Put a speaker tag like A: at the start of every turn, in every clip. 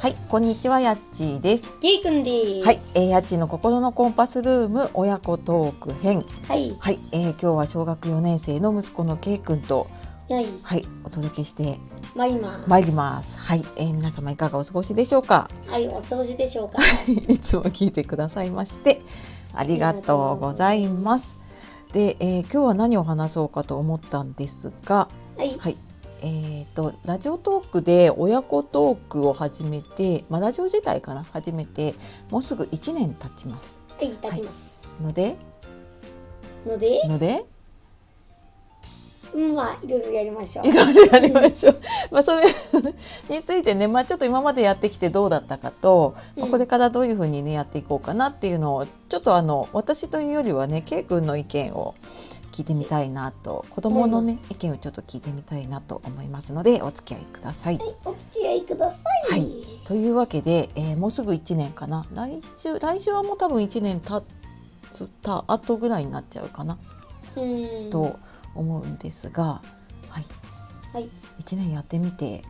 A: はい、こんにちは、やっちーです。
B: ゆいくんです。
A: はい、えー、やっちーの心のコンパスルーム親子トーク編。
B: はい。
A: はい、えー、今日は小学4年生の息子のけいくんと、
B: はい。
A: はい、お届けして
B: まあ今、
A: まいります。はい、えー、皆様いかがお過ごしでしょうか。
B: はい、お掃除でしょうか。
A: いつも聞いてくださいまして、ありがとうございます。で、えー、今日は何を話そうかと思ったんですが、
B: はい。
A: はい。えー、とラジオトークで親子トークを始めて、まあ、ラジオ自体かな始めてもうすぐ1年経ちます
B: はい、立ちます。
A: ので
B: ので、
A: ので
B: うん、まあ、いろいろやりましょう
A: い。ろいろやりましょうまあそれ についてね、まあ、ちょっと今までやってきてどうだったかと、まあ
B: うん
A: これからどういうふうにねやっていこうかなっていうのをちょっとあの私というよりはね K 君の意見を聞いてみたいなと子供のね
B: 思いま
A: 意見をちょっと聞いてみたいなと思いますのでお付き合いください。
B: はい、お付き合いください。
A: はいというわけで、えーもうすぐ1年かな来週来週はもう多分1年経った後ぐらいになっちゃうかな、
B: うん。
A: と思うんですが、はい、
B: はい。
A: 1年やってみて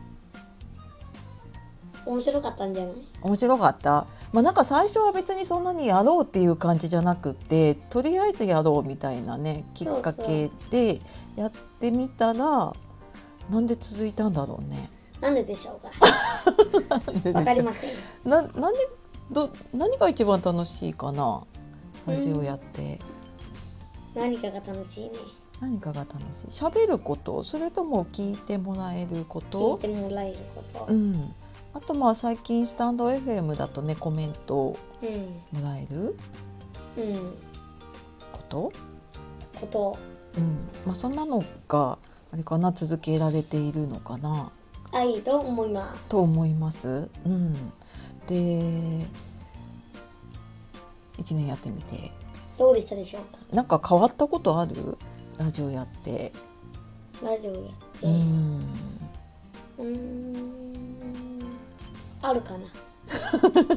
B: 面白かったんじゃない
A: 面白かった、まあ、なんか最初は別にそんなにやろうっていう感じじゃなくてとりあえずやろうみたいなねきっかけでやってみたらなんで続いたんだろうね。
B: なんででしょうか。わ
A: わ
B: かりません。
A: ななんでど何が一番楽しいかなラジオやって。
B: 何かが楽しいね。
A: 何かが楽しい喋ることそれとも聞いてもらえるこ
B: 聞い
A: と
B: てもらえるこ
A: う
B: と。
A: んあとまあ最近スタンド FM だとねコメントを
B: うん。
A: もらえる
B: うん。
A: こと、
B: こと。
A: うんまあ、そんなのがあれかな続けられているのかな
B: はい、と思います。
A: と思います。うん、で1年やってみて
B: どうでしたでしょうか。
A: なんか変わったことあるラジオやって。
B: ラジオやって。
A: うん
B: うーん。あるかな。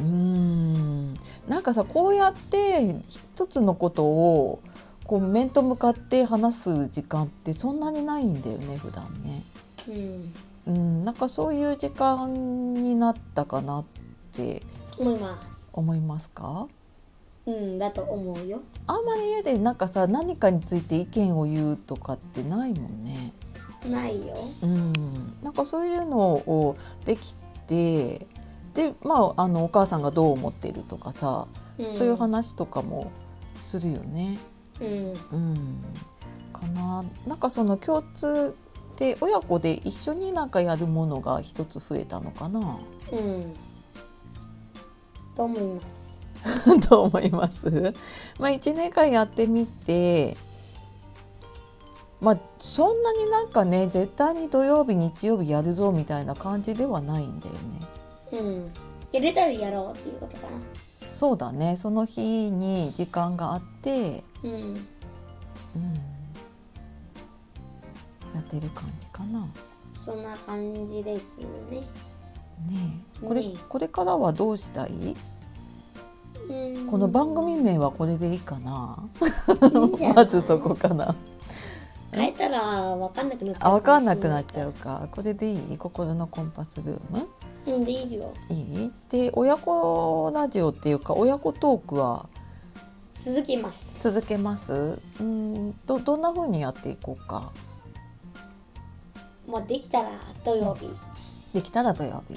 A: うーんなんかさこうやって一つのことをこう面と向かって話す時間ってそんなにないんだよね普段ね。
B: うん。
A: うんなんかそういう時間になったかなって
B: 思います。
A: 思いますか
B: うん、だと思うよ。
A: あんまり家でなんかさ何かについて意見を言うとかってないもんね。
B: ないよ。
A: うん、なんかそういうのをできてでまああのお母さんがどう思ってるとかさ、
B: ん
A: そういう。話とかもするよね。
B: うん。
A: うん、かななんかその共通で親子で一緒になんかやるものが一つ増えたのかな
B: うん。と思います。
A: と思います。まあ、1年間やってみてまあそんなになんかね絶対に土曜日日曜日やるぞみたいな感じではないんだよね。
B: うん。やれたらやろうっていうことかな。
A: そうだねその日に時間があって、
B: うん。
A: うん、やってる感じかな。
B: そんな感じですね。
A: ねえこれ
B: ねえ
A: これからはどうしたい
B: うん。
A: この番組名はこれでいいかな。
B: いいんじゃない
A: まずそこ。かな。
B: 変えたら、わかんなくなっちゃう。
A: あ、わかんなくなっちゃう。か。これでいい？心のコンパスルーム？
B: うん、でいいよ。
A: いい？で、親子ラジオっていうか親子トークは
B: 続きます。
A: 続けます。うん、どどんな風にやっていこうか。
B: まあ、できたら土曜日。
A: できたら土曜日。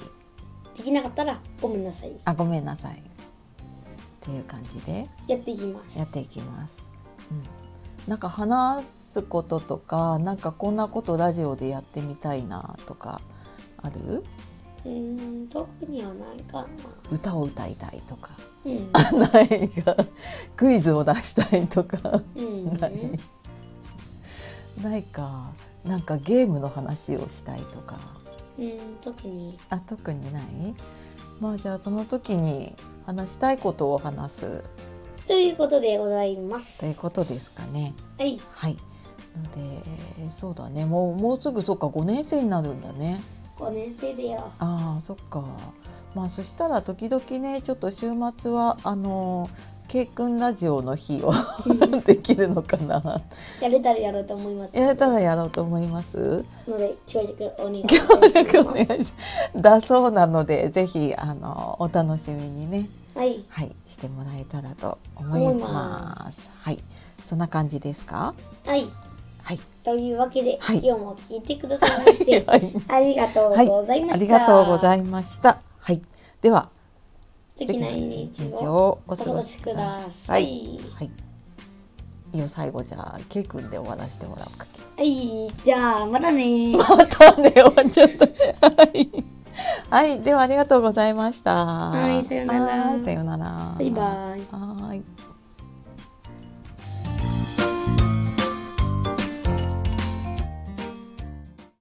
B: できなかったら、ごめんなさい。
A: あ、ごめんなさい。っていう感じで
B: やっていきます。
A: やっていきます。うん。なんか話すこととか、なんかこんなことラジオでやってみたいなとかある？
B: うん、特にはないかな。
A: 歌を歌いたいとか。
B: うん。
A: ないがクイズを出したいとか
B: うん。
A: ないないかなんかゲームの話をしたいとか
B: うん、特に。
A: あ特にないまあじゃあその時に話したいことを話す
B: ということでございます。
A: ということですかね
B: はい。
A: はいのでそうだねもうもうすぐそっか5年生になるんだね
B: 5年生だよ。
A: あーそっかまあそしたら時々ねちょっと週末はあのケイ君ラジオの日を できるのかな
B: やれたらやろうと思います
A: やれたらやろうと思います
B: ので協力お願い
A: 協力お願い
B: ます
A: しだそうなのでぜひあのお楽しみにね
B: はい
A: はいしてもらえたらと思いますはいそんな感じですか
B: はい
A: はい
B: というわけで、
A: はい
B: 今日も聞いてくださいまして、
A: はい
B: ありがとう
A: はい
B: ございま
A: あ
B: し
A: り
B: た、
A: がとうございましたはいでは
B: 素敵な一
A: 素敵
B: 日
A: な一日
B: を
A: をお
B: お
A: 過
B: 過
A: ご
B: ご
A: し
B: し
A: く
B: く
A: だ
B: だ
A: さ
B: さ
A: い
B: い。
A: はい。いいよ最後じゃあケイ君で終わらせてもらおうか。
B: はい、じゃあまたねー。
A: またね終わっちゃった。はい。はいではありがとうございました。
B: はいさようなら
A: はいさようなら。
B: バイバイ。
A: はい。